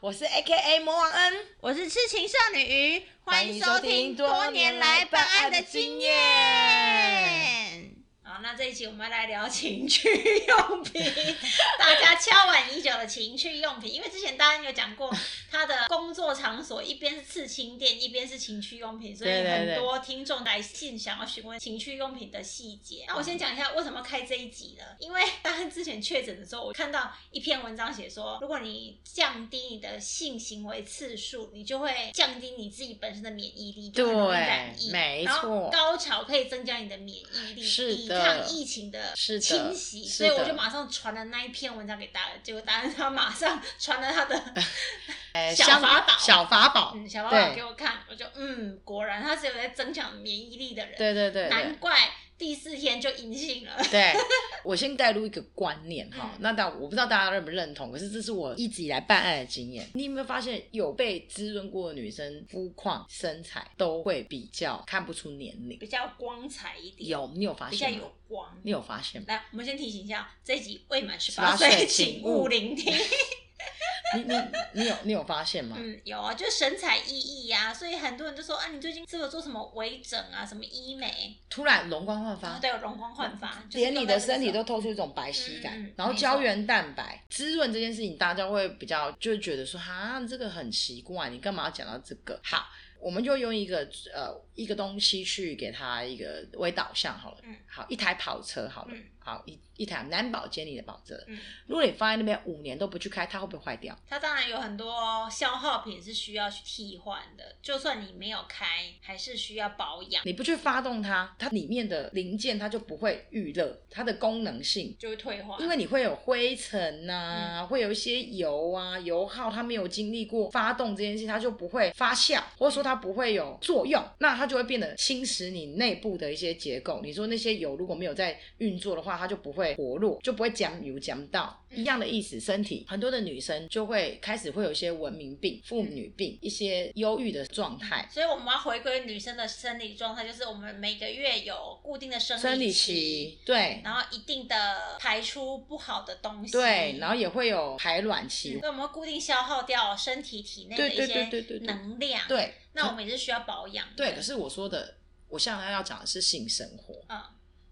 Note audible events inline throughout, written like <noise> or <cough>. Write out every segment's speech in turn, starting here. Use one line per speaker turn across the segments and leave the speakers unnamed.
我是 A K A 魔王恩，
我是痴情少女鱼，欢迎收听
多
多
年
年
来
来
办
办
案
案
的
的
经
经
验
验。好，那这一期我们来聊情趣用品， <laughs> 大家敲碗已久的情趣用品，因为之前大家有讲过，他的工作场所一边是刺青店，一边是情趣用品，所以
对对对
很多听众来信想要询问情趣用品的细节。那我先讲一下为什么要开这一集呢？因为大家之前确诊的时候，我看到一篇文章写说，如果你降低你的性行为次数，你就会降低你自己本身的免疫力，就很容易染疫
对没
然后
错
高潮可以增加你的免疫力，
是
抵
的
抗疫情的
是的
侵袭，
是
所以我
的
就马上传了那一篇文章给大家，结果大家他马上传了他的
哎
小法宝，
小法宝，
嗯小法宝
对
给我看，我就嗯，果然他是有在增强免疫力的人，
对对对
难
对
怪第四天就阴性了。
对。 <laughs> 我先带入一个观念哈，
嗯
那但我不知道大家认不认同，可是这是我一直以来办案的经验。你有没有发现，有被滋润过的女生，肤况、身材都会比较看不出年龄？
比较光彩一点，
有，你有发
比较
现吗？
有光。
你有发现吗？
来，我们先提醒一下，这一集未满十
18
八
岁
岁，
请
请
勿
勿聆
<laughs>
听。
你你你有你有发现吗？
嗯，有啊，就是神采奕奕呀，所以很多人就说啊，你最近是不是做什么微整啊，什么医美，
突然容光焕
然
发
后，都有容光焕发，就是
啊嗯连你
用在
的
这个
身体
时候
都透出一种白皙感，
嗯嗯
然后
没错
胶原蛋白滋润这件事情，大家会比较就会觉得说，哈，这个很奇怪，你干嘛要讲到这个？好，我们就用一个呃一个东西去给它一个为导向好了，
嗯
好，一台跑车好了，
嗯
好一一台男保监理的跑车，
嗯，
如果你放在那边五年都不去开，它会不会坏掉？
它当然有很多消耗品是需要去替换的，就算你没有开，还是需要保养，
你不去发动它，它里面的零件它就不会预热，它的功能性
就会退化。
因为你会有灰尘呐、
嗯
会有一些油啊，油耗它没有经历过发动这件事情，它就不会发酵，或者说它不会有作用，那它就会变得侵蚀你内部的一些结构。你说那些油如果没有在运作的话，它就不会活络，就不会讲油讲到
嗯
一样的意思。身体很多的女生就会开始会有一些文明病、妇
嗯
女病、一些忧郁的状态。
所以我们要回归女生的生理状态，就是我们每个月有固定的嗯生
生理
期，
期，对
然后一定的排出不好的东西，
对，然后也会有排卵期
嗯，所以我们会固定消耗掉身体体内的
对
一
对
些
对对对对
能量，
对。
那我们也是需要保养的。
对，可是我说的，我现在要讲的是性生活，
嗯，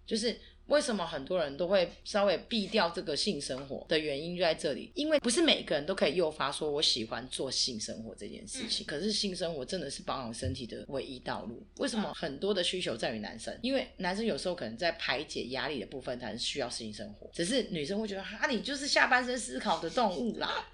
就是为什么很多人都会稍微避掉这个性生活的原因就在这里，因为不是每个人都可以诱发说我喜欢做性生活这件事情。可是性生活真的是保养身体的唯一道路。为什么很多的需求在于男生？因为男生有时候可能在排解压力的部分，他是需要性生活，只是女生会觉得哈，你就是下半身思考的动物啦。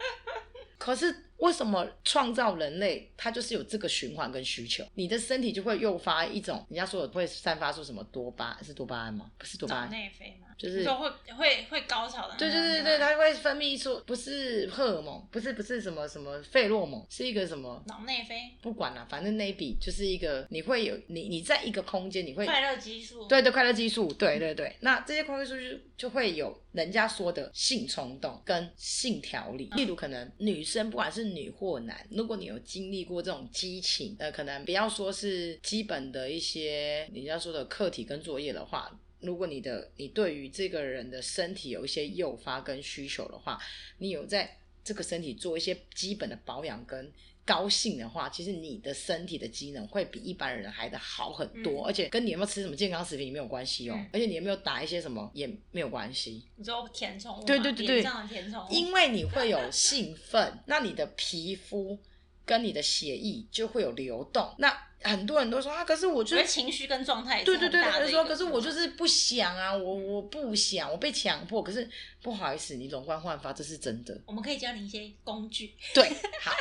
可是为什么创造人类，它就是有这个循环跟需求？你的身体就会诱发一种，人家说会散发出什么多巴是多巴胺吗？不是多巴
脑
胺，
内啡嘛，
就是
说会会会高潮的那种。
对对对对，它会分泌出不是荷尔蒙，不是不是什么什么费洛蒙，是一个什么
脑内啡，
不管了、反正那一笔就是一个你会有你你在一个空间你会
快乐激素。
对对，快乐激素，对对对。那这些快乐激素就就会有人家说的性冲动跟性调
嗯
理，例如可能女生不管是女或男，如果你有经历过这种激情，呃，可能不要说是基本的一些人家说的课题跟作业的话。如果你的你对于这个人的身体有一些诱发跟需求的话，你有在这个身体做一些基本的保养跟高兴的话，其实你的身体的机能会比一般人还的好很多，
嗯
而且跟你有没有吃什么健康食品没有关系哦，
嗯
而且你有没有打一些什么也没有关系，
你说填充物嘛，
对对对对
脸上的填充物，
因为你会有兴奋，那你的皮肤跟你的血液就会有流动。那很多人都说啊，可是我就
觉得情绪跟状态也是
对对对，
很大
他
的
就
一
说，
个
可是我就
部
是不想啊，我我不想，我被强迫，可是不好意思，你容光焕发，这是真的
分。我们可以教你一些工具，
对，好。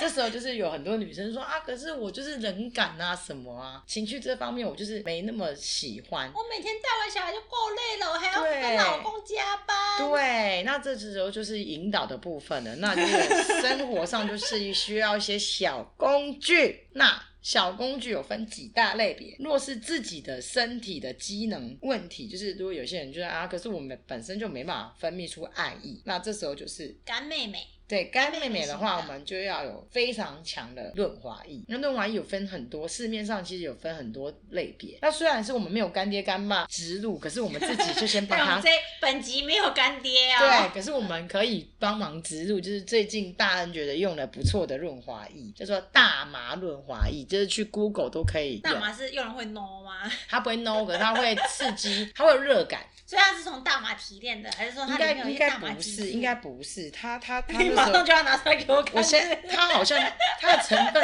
这时候就是有很多女生说啊，可是我就是冷感啊什么啊，情绪这方面我就是没那么喜欢。
我每天带完小孩就够累了，我还要
对
跟老公加班，
对，那这时候就是引导的部分了。那就是生活上就是需要一些小工具。那小工具有分几大类别。若是自己的身体的机能问题，就是如果有些人就是啊，可是我们本身就没办法分泌出爱意，那这时候就是
干妹妹，
对干
妹妹
妹妹
型
的
的
话，我们就要有非常强的润滑液。那润滑液有分很多，市面上其实有分很多类别。那虽然是我们没有干爹干妈植入，可是我们自己就先把
但我们这
它。
本集没有干爹
对
哦。，
可是我们可以帮忙植入，就是最近大恩觉得用的不错的润滑液，叫做大麻润滑液，就是去 Google 都可以
大
有
麻是用人会 no 吗？ <laughs>
它不会 no，可是它会刺激，它会有热感。
所以它是从大麻提炼的，还是说哦它
应
里
该
面有一
应
些
该
大麻
不
激素
是，
<laughs>
应该不是。它它它
你
那
马
时候
上就要拿出来给我看。
我先，它好像它的成分，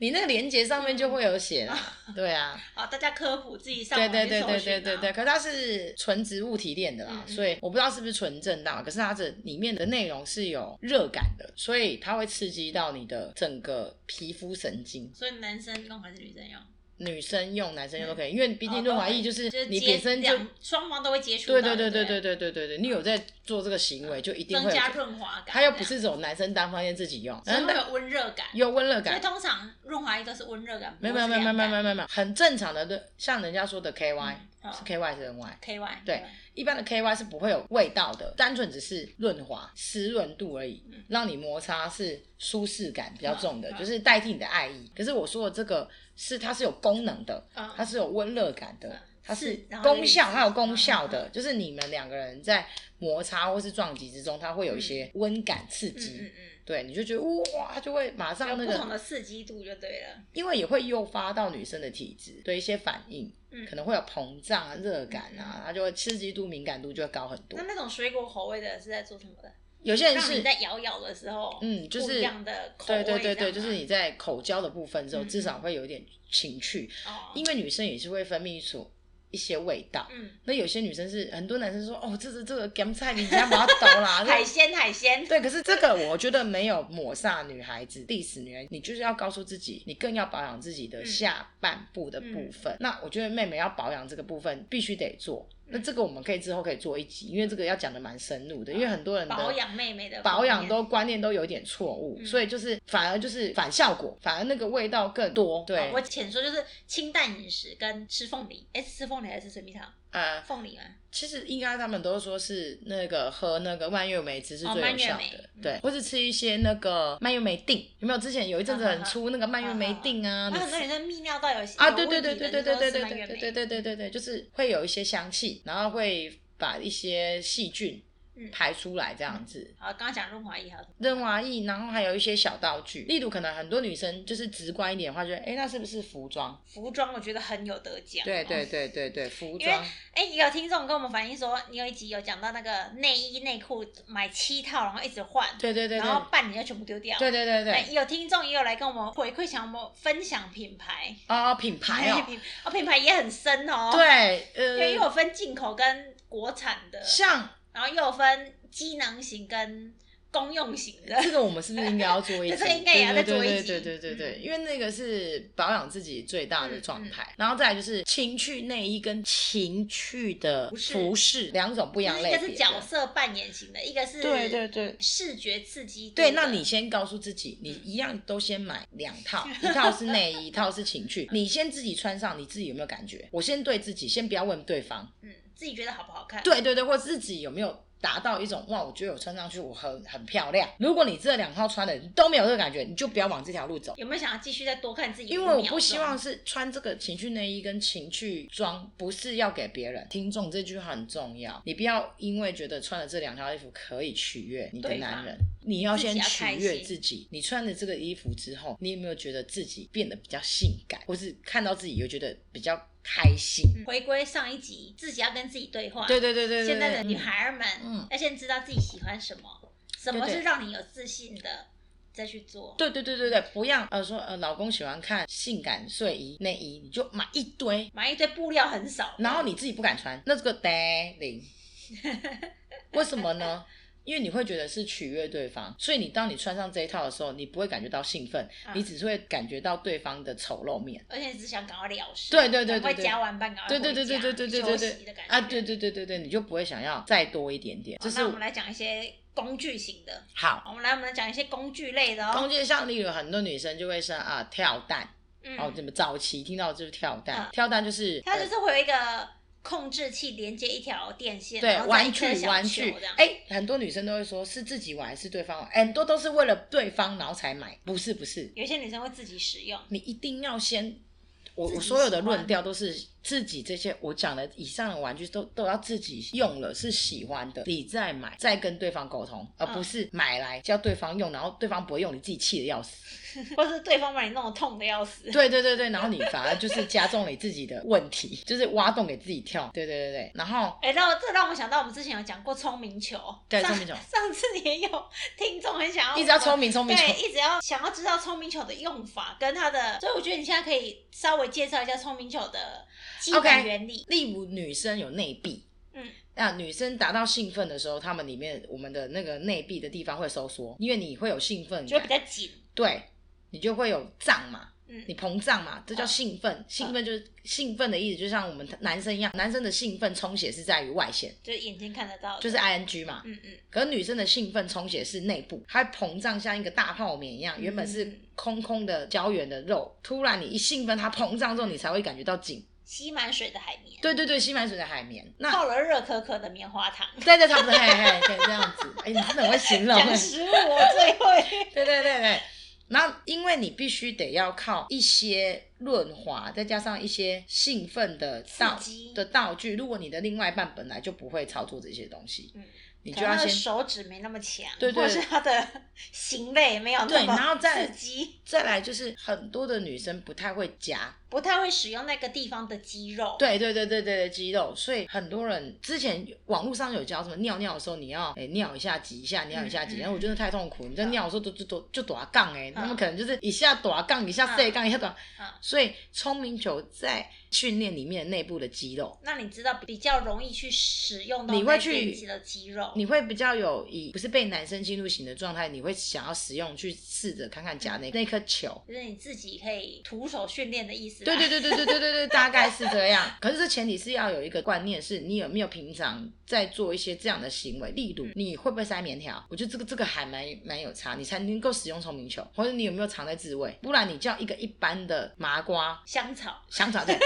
你那个链接上面就会
<laughs>
有写啦。对啊，
好，大家科普自己上
对
网去
对对
搜
对
寻
对
啊
对对。可是它是纯植物提炼的啦
嗯，嗯
所以我不知道是不是纯正大麻，可是它这里面的内容是有热感的，所以它会刺激到你的整个皮肤神经。
所以男生用还是女生用？
女生用、男生用都可以，因为毕
哦
竟润滑液就是
就是
你
接
本身就
两双方都会接触到。
对对
对
对对对对对对对，你有在做这个行为，就一定
增
会有
加润滑感。
它又不是这种男生单方面自己用，
这样，
然
是
后
会有
那
温热感。
有温热
所以
感，
通常润滑液都是温热感，
没有没有没有没有没有没有没有没有，很正常的，对，像人家说的 K Y 是
有
K Y 是 N Y，
K Y
对一般的 K Y 是不会有味道的，单纯只是润滑湿润度而已
嗯，
让你摩擦是舒适感比较重的
嗯，嗯
就是代替你的爱意。可是我说的这个是它是有功能的，
嗯
它是有温热感的
嗯，
它是
是然后有
功
点
效，
刺
它有
激
功效
嗯
的，就是你们两个人在摩擦或是撞击之中，它会有一些温感刺
嗯嗯
激，
嗯
对，你就觉得哇，就会马上
有
那
不同
个，
的刺激度就对了。
因为也会诱发到女生的体质对一些反应，
嗯
可能会有膨胀啊、热感啊，它就会刺激度、敏感度就会高很多
那。那种水果口味的是在做什么的？
有些人
让你
是，
在咬咬的时候，
嗯就是
不一样的口味
对
这样
对
吗。
对对，就是你在口交的部分的时候，
嗯
至少会有一点情趣，
哦，
因为女生也是会分泌出一些味道。
嗯，
那有些女生是，很多男生说，哦，这是这个甘菜，你家把它抖
<laughs>
啦，
海鲜海鲜，
对，可是这个我觉得没有抹煞女孩子、历史女人，你就是要告诉自己，你更要保养自己的下半部的部
嗯
分。那我觉得妹妹要保养这个部分必须得做。那这个我们可以之后可以做一集，因为这个要讲的蛮深入的，因为很多人的
保养妹妹的
保养
方面
都观念都有点错误，
嗯
所以就是反而就是反效果，反而那个味道更多。对
哦，我浅说就是清淡饮食跟吃凤梨，哎，是吃凤梨还是吃水蜜桃？
呃，
凤梨吗？
其实应该他们都说是那个喝那个蔓越莓汁是
哦
最有
蔓越
效
莓
的，
嗯
对，或是吃一些那个蔓越莓锭，有没有？之前有一阵
嗯
子
嗯
很
嗯
出那个蔓越莓锭啊，
那
你
很多
吃
女生泌尿道有
啊，
有
对对
问
对
题的你
对对
说
对对
吃
对
蔓
对
越莓
对对对对对对，就是会有一些香气，然后会把一些细菌
嗯
排出来这样子。
好，刚刚讲润滑液还有什么？
润滑液，然后还有一些小道具，例如可能很多女生就是直观一点的话，觉得哎，诶那是不是服装？
服装，我觉得很有得奖。哦
对对。对对对，服
为
装。
哎，也有听众跟我们反映说，你有一集有讲到那个内衣内裤买七套，然后一直换，
对对对
然后
对
半年就全部丢掉。
对对对
哎
对，
有听众也有来跟我们回馈，想我们分享品牌，
哦，品牌
<laughs>
哦，
品哦品牌也很深哦。，
对，
因为
呃
又，有分进口跟国产的，
像
然后又有分机能型跟公用型的。
这个我们是不是应该要做一集？
<laughs> 这个应该也要再做一集
对对对对对对
嗯
对，因为那个是保养自己最大的状态，然后再来就是情趣内衣跟情趣的
服饰
服饰两种不一
就是
样
一
类
个
别
是
的。
角色扮演型的，一个是
对对对。
视觉刺激度的。
对，那你先告诉自己，你一样都先买两套，一套是内衣，一套是情趣。你先自己穿上，你自己有没有感觉？我先对自己，先不要问对方。
嗯自己觉得好不好看？
对对对，或自己有没有达到一种哇，我觉得我穿上去我很很漂亮。如果你这两套穿的你都没有这个感觉，你就不要往这条路走。
有没有想要继续再多看自己？
因为我不
啊
希望，是穿这个情趣内衣跟情趣装，不是要给别人。听众这句话很重要，你不要因为觉得穿了这两条衣服可以取悦你的
对
男
方
人，你要先
自己要
取
开
悦
心
自己。你穿了这个衣服之后，你有没有觉得自己变得比较性感，或是看到自己有觉得比较开心？
嗯回归上一集，自己要跟自己对话。
对对对对对对，
现在的
嗯
女孩儿们，
嗯
要先知道自己喜欢什么，什么
对对
是让你有自信的，再去做。
对对对对对，不要呃说呃老公喜欢看性感睡衣内衣，你就买一堆，
买一堆布料很少，
然后你自己不敢穿，那这个呆
<laughs>
零，为什么呢？因为你会觉得是取悦对方，所以你当你穿上这一套的时候，你不会感觉到兴奋，
啊
你只是会感觉到对方的丑陋面。
而且只想赶快了事，
对对对对
赶快
对
加完班，赶快
对
回
对对对
家
对对对对
休息的
对
感觉
啊，对。对对对对，你就不会想要再多一点点，
好
这是
那我们来讲一些工具型的，
好。
好我们来我们来讲一些工具类的哦。
工具像例如很多女生就会说啊跳蛋，
嗯，
哦，怎么早期听到就是跳蛋
嗯，
跳蛋就是
它就
呃
是会有一个控制器连接一条电线，
对
然后再
玩
一颗
具
小
玩
球
具
这样，，
哎，很多女生都会说是自己玩还是对方玩，哎很多都是为了对方然后才买，不是不是，
有一些女生会自己使用，
你一定要先。我
自己
我所有的
喜欢
论调都是自己这些我讲的以上的玩具都都要自己用了是喜欢的，你再买再跟对方沟通，而
嗯
不是买来叫对方用，然后对方不会用，你自己气的要死。
<laughs> 或是对方把你弄得痛的要死。
对对对对，然后你反而就是加重你自己的问题，就是挖洞给自己跳。对对对对，然后
哎、让我这让我想到我们之前有讲过聪明球，
对
上
聪明球
上次也有听众很想要
一直要聪明聪明聪
对，一直要想要知道聪明球的用法跟它的，所以我觉得你现在可以稍微介绍一下聪明球的基本
OK
原理。
例如女生有内壁，
嗯，
那女生达到兴奋的时候，她们里面我们的那个内壁的地方会收缩，因为你会有兴奋
就会比
感，
较紧。
对，你就会有胀嘛，
嗯，
你膨胀嘛，这叫
嗯
兴奋。兴奋就是兴奋的意思，就像我们男生一样，男生的兴奋充血是在于外显，
就是眼睛看得到的，
就是啊 ing 嘛。
嗯嗯，
可是女生的兴奋充血是内部，它膨胀像一个大泡棉一样，
嗯
原本是空空的胶原的肉，突然你一兴奋，它膨胀之后，你才会感觉到紧。
吸满水的海绵，
对对对，吸满水的海绵，那
泡了热可可的棉花糖。
<laughs> 对对，差不多，嘿嘿，对这样
<laughs>
子，哎、你真的很会形容，哎
讲食物我最会，
对对对对。然后，因为你必须得要靠一些润滑，再加上一些兴奋的道
刺激
的道具。如果你的另外一半本来就不会操作这些东西，
嗯
<laughs> 你
可
就
能
要
他的
先
手指没那么强，
对对
或者是他的 <laughs> 行为没有那
对然
么
后再
刺激，
再来就是很多的女生不太会夹，
不太会使用那个地方的肌肉。，
对对对对对对，肌肉。所以很多人之前网络上有教什么尿尿的时候你要哎、尿一下挤一下，尿一下挤一下，
嗯嗯
我觉得太痛苦。你在尿的时候都就都就短杠哎，他
嗯
们可能就是一下短杠，一下塞杠，一下短
嗯。
所以聪明球在训练里面内部的肌肉。
那你知道比较容易去使用到
你会
那
去
边肌的肌肉，
你会比较有以不是被男生进入型的状态，你会想要使用去试着看看夹
嗯
那那颗球，
就是你自己可以徒手训练的意思啦。
对对对对对对对对，大概是这样。可是这前提是要有一个观念，是你有没有平常在做一些这样的行为，例如你会不会塞棉条？我觉得这个这个还蛮蛮有差，你才能够使用聪明球，或者你有没有常在自慰，不然你叫一个一般的麻瓜
香草，
香草对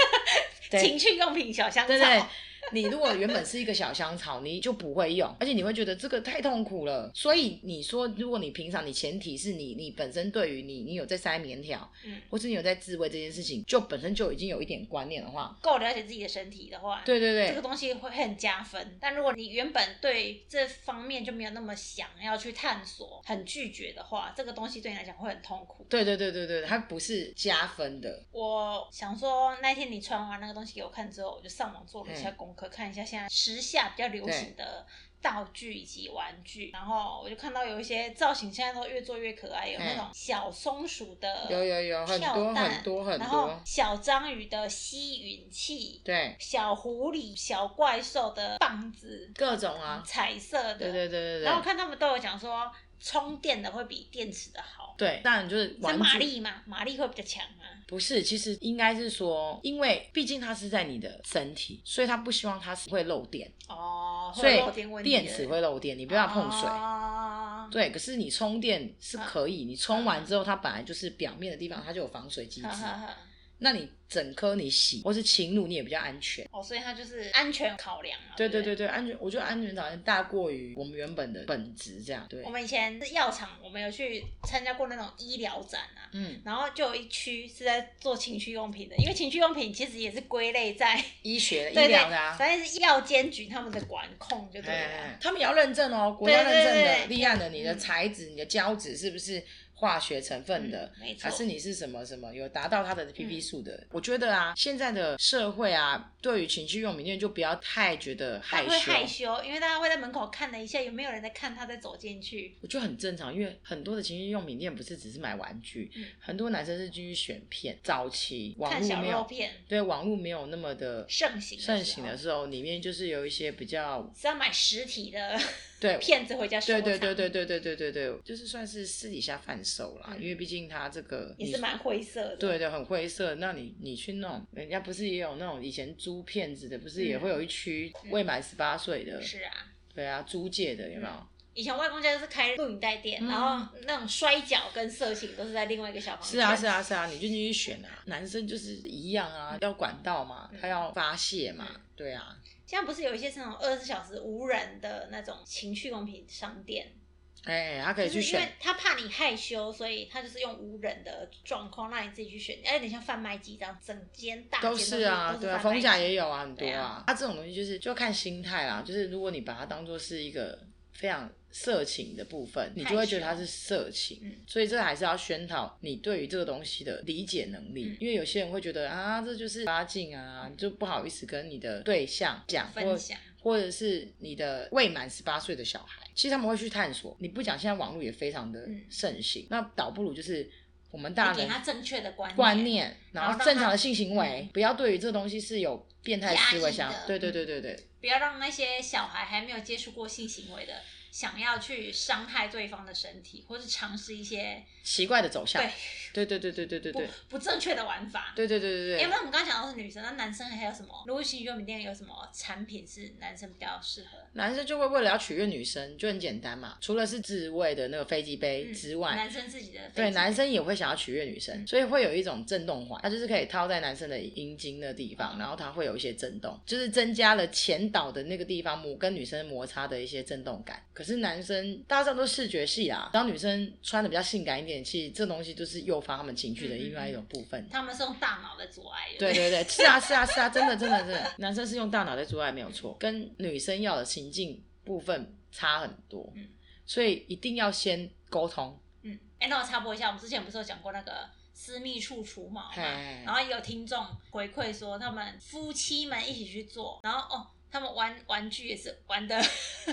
对
情趣用品小香草，
对对。你如果原本是一个小香草，你就不会用，而且你会觉得这个太痛苦了。所以你说，如果你平常你前提是你你本身对于你你有在塞棉条，
嗯，
或是你有在自慰这件事情，就本身就已经有一点观念的话，
够了解自己的身体的话，
对对对，
这个东西会很加分。但如果你原本对这方面就没有那么想要去探索，很拒绝的话，这个东西对你来讲会很痛苦。
对对对对对，它不是加分的。
我想说，那天你传完那个东西给我看之后，我就上网做了一下功课，看一下现在时下比较流行的道具以及玩具，然后我就看到有一些造型现在都越做越可爱，有那种小松鼠的
有有有，
呃
很多
跳蛋
很多很
然后
多，
小章鱼的吸云器，
对，
小狐狸、小怪兽的棒子，
各种啊，
彩色的，
对对对对
嗯然后我
对，
看他们都有讲说，充电的会比电池的好，
对，当然就是
是
玩
马
具，
力嘛，马力会比较强啊。
不是，其实应该是说，因为毕竟它是在你的身体，所以它不希望它是会漏电，
哦，
所以
会有漏电问题的
电池会漏电，你不要碰水。
哦
对，可是你充电是
嗯
可以，你充完之后，它本来就是表面的地方，它就有防水机制
哈。哈哈
那你整颗你洗或是勤乳，你也比较安全。
哦，所以它就是安全考量啊。
对
对
对
不
对对，安全，我觉得安全好像大过于我们原本的本质这样。对
我，们以前是药厂，我们有去参加过那种医疗展啊，
嗯，
然后就有一区是在做情趣用品的，因为情趣用品其实也是归类
<laughs>
在
医学的、
对
医
对
疗的啊。
反正是药监局他们的管控就对
哎
了啊。
他们也要认证哦，国家
对
认
对对
证的、
对
立案的，你的
嗯
材质、你的胶质是不是化学成分的
嗯？没错嗯
还是你是什么什么有达到它的 PP 数的？我觉得啊，现在的社会啊，对于情趣用品店就不要太觉得
他
害
会
羞，
害羞，因为大家会在门口看了一下有没有人在看他，再走进去。
我觉得很正常，因为很多的情趣用品店不是只是买玩具，
嗯
很多男生是进去选片。早期网
看
络
小
没
肉
有
片
对网络没有那么的
盛行的时候
盛行的时候，里面就是有一些比较
是要买实体的
对
<laughs> 片子回家收
对
藏，
对对对对对对对对，就是算是私底下贩售啦，
嗯
因为毕竟他这个
也
你
是蛮灰色的。
对对很灰色。那你你去弄，人家不是也有那种以前租骗子的，不是也
嗯
会有一区
嗯
未满十八岁的，
是啊，嗯
对啊，租借的有没有？
以前外公家就是开录影带店，
嗯
然后那种摔跤跟色情都是在另外一个小房间。
是啊，是啊，是啊，你就进去选啊。男生就是一样啊，要管道嘛，
嗯
他要发泄嘛
嗯，
对啊。
现在不是有一些是那种二十四小时无人的那种情趣用品商店，
哎，他可
就
以
是
去
因为
选，
他怕你害羞，所以他就是用无人的状况让你自己去选，哎，有点像贩卖机这样，整间大间
都是啊，对啊，
风
逢甲也
有。
有啊，很多
对
啊
啊。
他这种东西就是就要看心态啦，就是如果你把它当做是一个非常色情的部分，你就会觉得它是色情。
嗯，
所以这还是要宣讨你对于这个东西的理解能力，
嗯
因为有些人会觉得啊，这就是八禁啊，你就不好意思跟你的对象讲，或
分享
或者是你的未满十八岁的小孩，其实他们会去探索。你不讲，现在网络也非常的
嗯
盛行，那倒不如就是我们大
你给
人
他正确的观
观念，然
然
后
后
正
让
常
他
的性行为，不要对于这个东西是有变态思
压
维
抑
想
的，
对对对对对。
不要让那些小孩还没有接触过性行为的，想要去伤害对方的身体，或是尝试一些
奇怪的走向
对，
对对对对对对
不
对
不正确的玩法。
对对对对
因为
对，
我们刚刚讲到是女生，那男生还有什么？如果性用品店有什么产品是男生比较适合？
男生就会为了要取悦女生，就很简单嘛，除了是自慰的那个飞机杯
嗯
之外，
男生自己的
对，
飞机
男生也会想要取悦女生，
嗯
所以会有一种震动环，它就是可以套在男生的阴茎的地方，然后它会有一些震动，就是增加了前导的那个地方摩跟女生摩擦的一些震动感。可是男生大家知道都视觉系啦，当女生穿的比较性感一点，其实这东西就是诱发他们情绪的
嗯嗯嗯
另外一种部分。
他们是用大脑在阻碍的。
对对对，是啊是啊是啊，真的真的真的，男生是用大脑在做爱没有错，跟女生要的情境部分差很多，
嗯
所以一定要先沟通。
嗯，哎、那我插播一下，我们之前不是有讲过那个私密处除毛嘛
嘿？
然后也有听众回馈说，他们夫妻们一起去做，然后哦，他们玩玩具也是玩的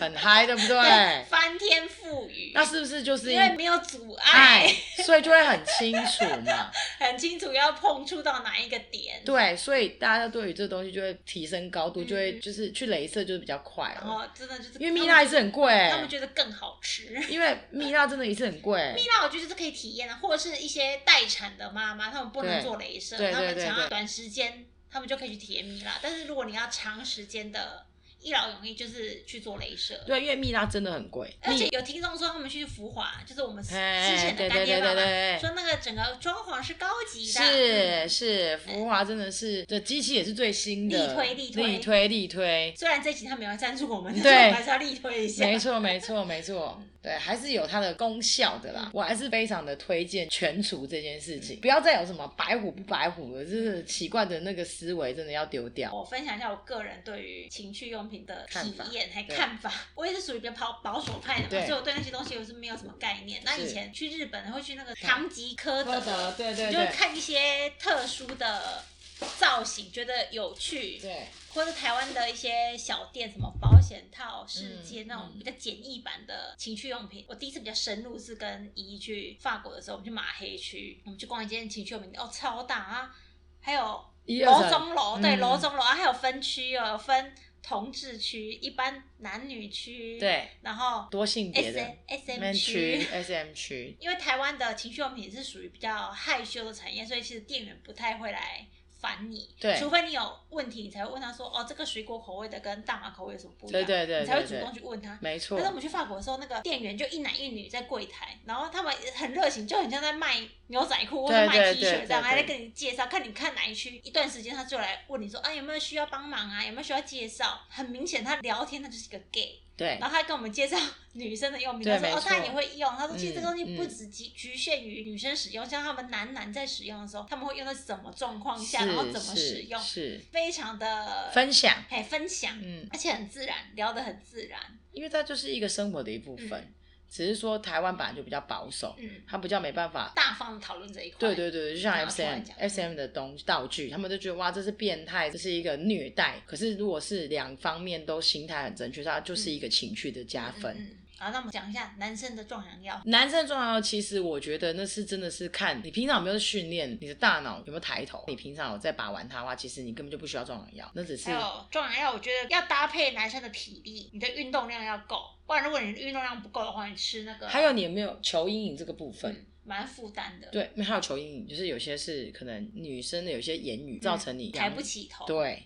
很嗨，对不对？
<laughs> 翻天覆雨，
那是不是就是
因为没有阻
爱
碍，，
<laughs> 所以就会很清楚嘛？
很清楚要碰触到哪一个点。，
对，所以大家对于这东西就会提升高度，
嗯
就会就是去镭射就是比较快
然
了，
后真的就是
因为蜜蜡一次很贵、
他们，他们觉得更好吃。
因为蜜蜡真的一次很贵，
蜜蜡我觉得是可以体验的，啊或者是一些待产的妈妈，她们不
对
能做镭射，
对对
她们
对
想
对
要短时间，她们就可以去体验蜜蜡。但是如果你要长时间的，一劳永逸就是去做镭射。
对，因为蜜蜡真的很贵，
而且有听众说他们去浮华，就是我们之
哎
前
对
的
对
干爹
对
爸
对对对
爸说那个整个装潢是高级的，嗯
是是，福华真的是，这机器也是最新的，
力推力推
力推力推
虽然这集他没有赞助我们，但
对
是我们还是要力推一下。
没错，没错，没错，对，还是有它的功效的
嗯
啦。我还是非常的推荐全除这件事情，不要再有什么白虎不白虎的，就是奇怪的那个思维，真的要丢掉。
我分享一下我个人对于情趣用品的
看
体
法
验还
对
看法。我也是属于比较保保守派的
对
嘛，所以我对那些东西我是没有什么概念。那
是
以前去日本会去那个唐吉诃
柯
德，
德，对对
你就会
对
看一些特殊的造型，觉得有趣，
对，
或者台湾的一些小店，什么保险套、世界
嗯
那种
嗯
比较简易版的情趣用品。我第一次比较深入是跟姨去法国的时候，我们去马黑区，我们去逛一间情趣用品店，哦，超大啊！还有
一
楼
二层，
中楼，对，
嗯
楼中楼，啊，还有分区哦，有分同志区、一般男女区，，
对，
然后
多性别
S
的
S M
M 区
区。
S M 区，
<laughs> 因为台湾的情趣用品是属于比较害羞的产业，所以其实店员不太会来烦你，
对
除非你有问题，你才会问他说，哦，这个水果口味的跟大麻口味有什么不一样，
对对对
你才会
对
主
对
动去问他。
没错
但是，我们去法国的时候，那个店员就一男一女在柜台，然后他们很热情，就很像在卖牛仔裤或者
对
卖
对
T
对
恤这
对对
样，还在跟你介绍，看你看哪一区。一段时间他就来问你说啊有没有需要帮忙啊，有没有需要介绍？很明显他聊天他就是一个 gay，
对
然后他还跟我们介绍女生的用品，
对
他说
没
哦
错
他也会用，他说
嗯
其实这个东西不
嗯
只局局限于女生使用，像他们男男在使用的时候，他们会用在什么状况
是
下，然后怎么使
是
用，
是
非常的
分享，
哎分享，
嗯，
而且很自然，聊得很自然，
因为它就是一个生活的一部分
嗯，
只是说台湾本来就比较保守，
嗯。
它比较没办法
大方的讨论这一块。
对对对，就像
拿
S
出
M
来讲
S M 的东道具，他们都觉得哇，这是变态，这是一个虐待。可是如果是两方面都心态很正确，它就是一个情趣的加分。嗯
嗯，嗯好，那我们讲一下男生的壮阳药。
男生的重要，其实我觉得那是真的是看你平常有没有训练，你的大脑有没有抬头。你平常有在把玩它的话，其实你根本就不需要壮阳药，那只是
还有壮阳药，我觉得要搭配男生的体力，你的运动量要够，不然如果你的运动量不够的话，你吃那个
啊还有你有没有求阴影这个部分。
嗯蛮负担的，，
对，还有求
嗯
阴影，就是有些是可能女生的有些言语造成你
抬
阳
不起头，，
对，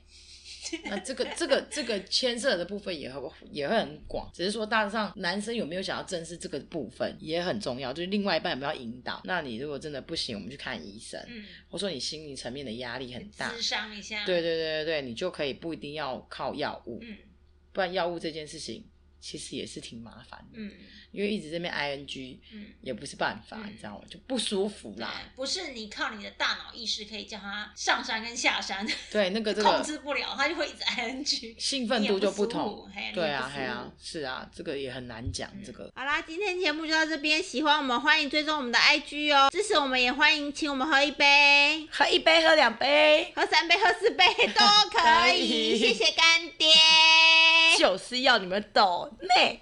那这个这个这个牵涉的部分也很也会很广，只是说大致上男生有没有想要正视这个部分也很重要，就是另外一半有没有引导。那你如果真的不行，我们去看医生，
嗯，
或者说你心理层面的压力很大
智，商一下，
对对，对对对，你就可以不一定要靠药物，
嗯
不然药物这件事情其实也是挺麻烦的，
嗯
因为一直这边 ing
嗯，
也不是办法，
嗯
你知道吗？就不舒服
对
啦，，
不是你靠你的大脑意识可以叫他上山跟下山，
对，那个这
控
个
制不了，他就会一直 ing，
兴奋度就不同。，对啊，
对
对啊，是啊，这个也很难讲。
嗯
这个
好啦，今天节目就到这边，喜欢我们欢迎追踪我们的 IG 哦，支持我们也欢迎请我们喝一杯、
喝一杯，喝两杯，
喝三杯、喝四杯都可
<laughs> 可以
以，谢谢干爹。
就是要你们懂内。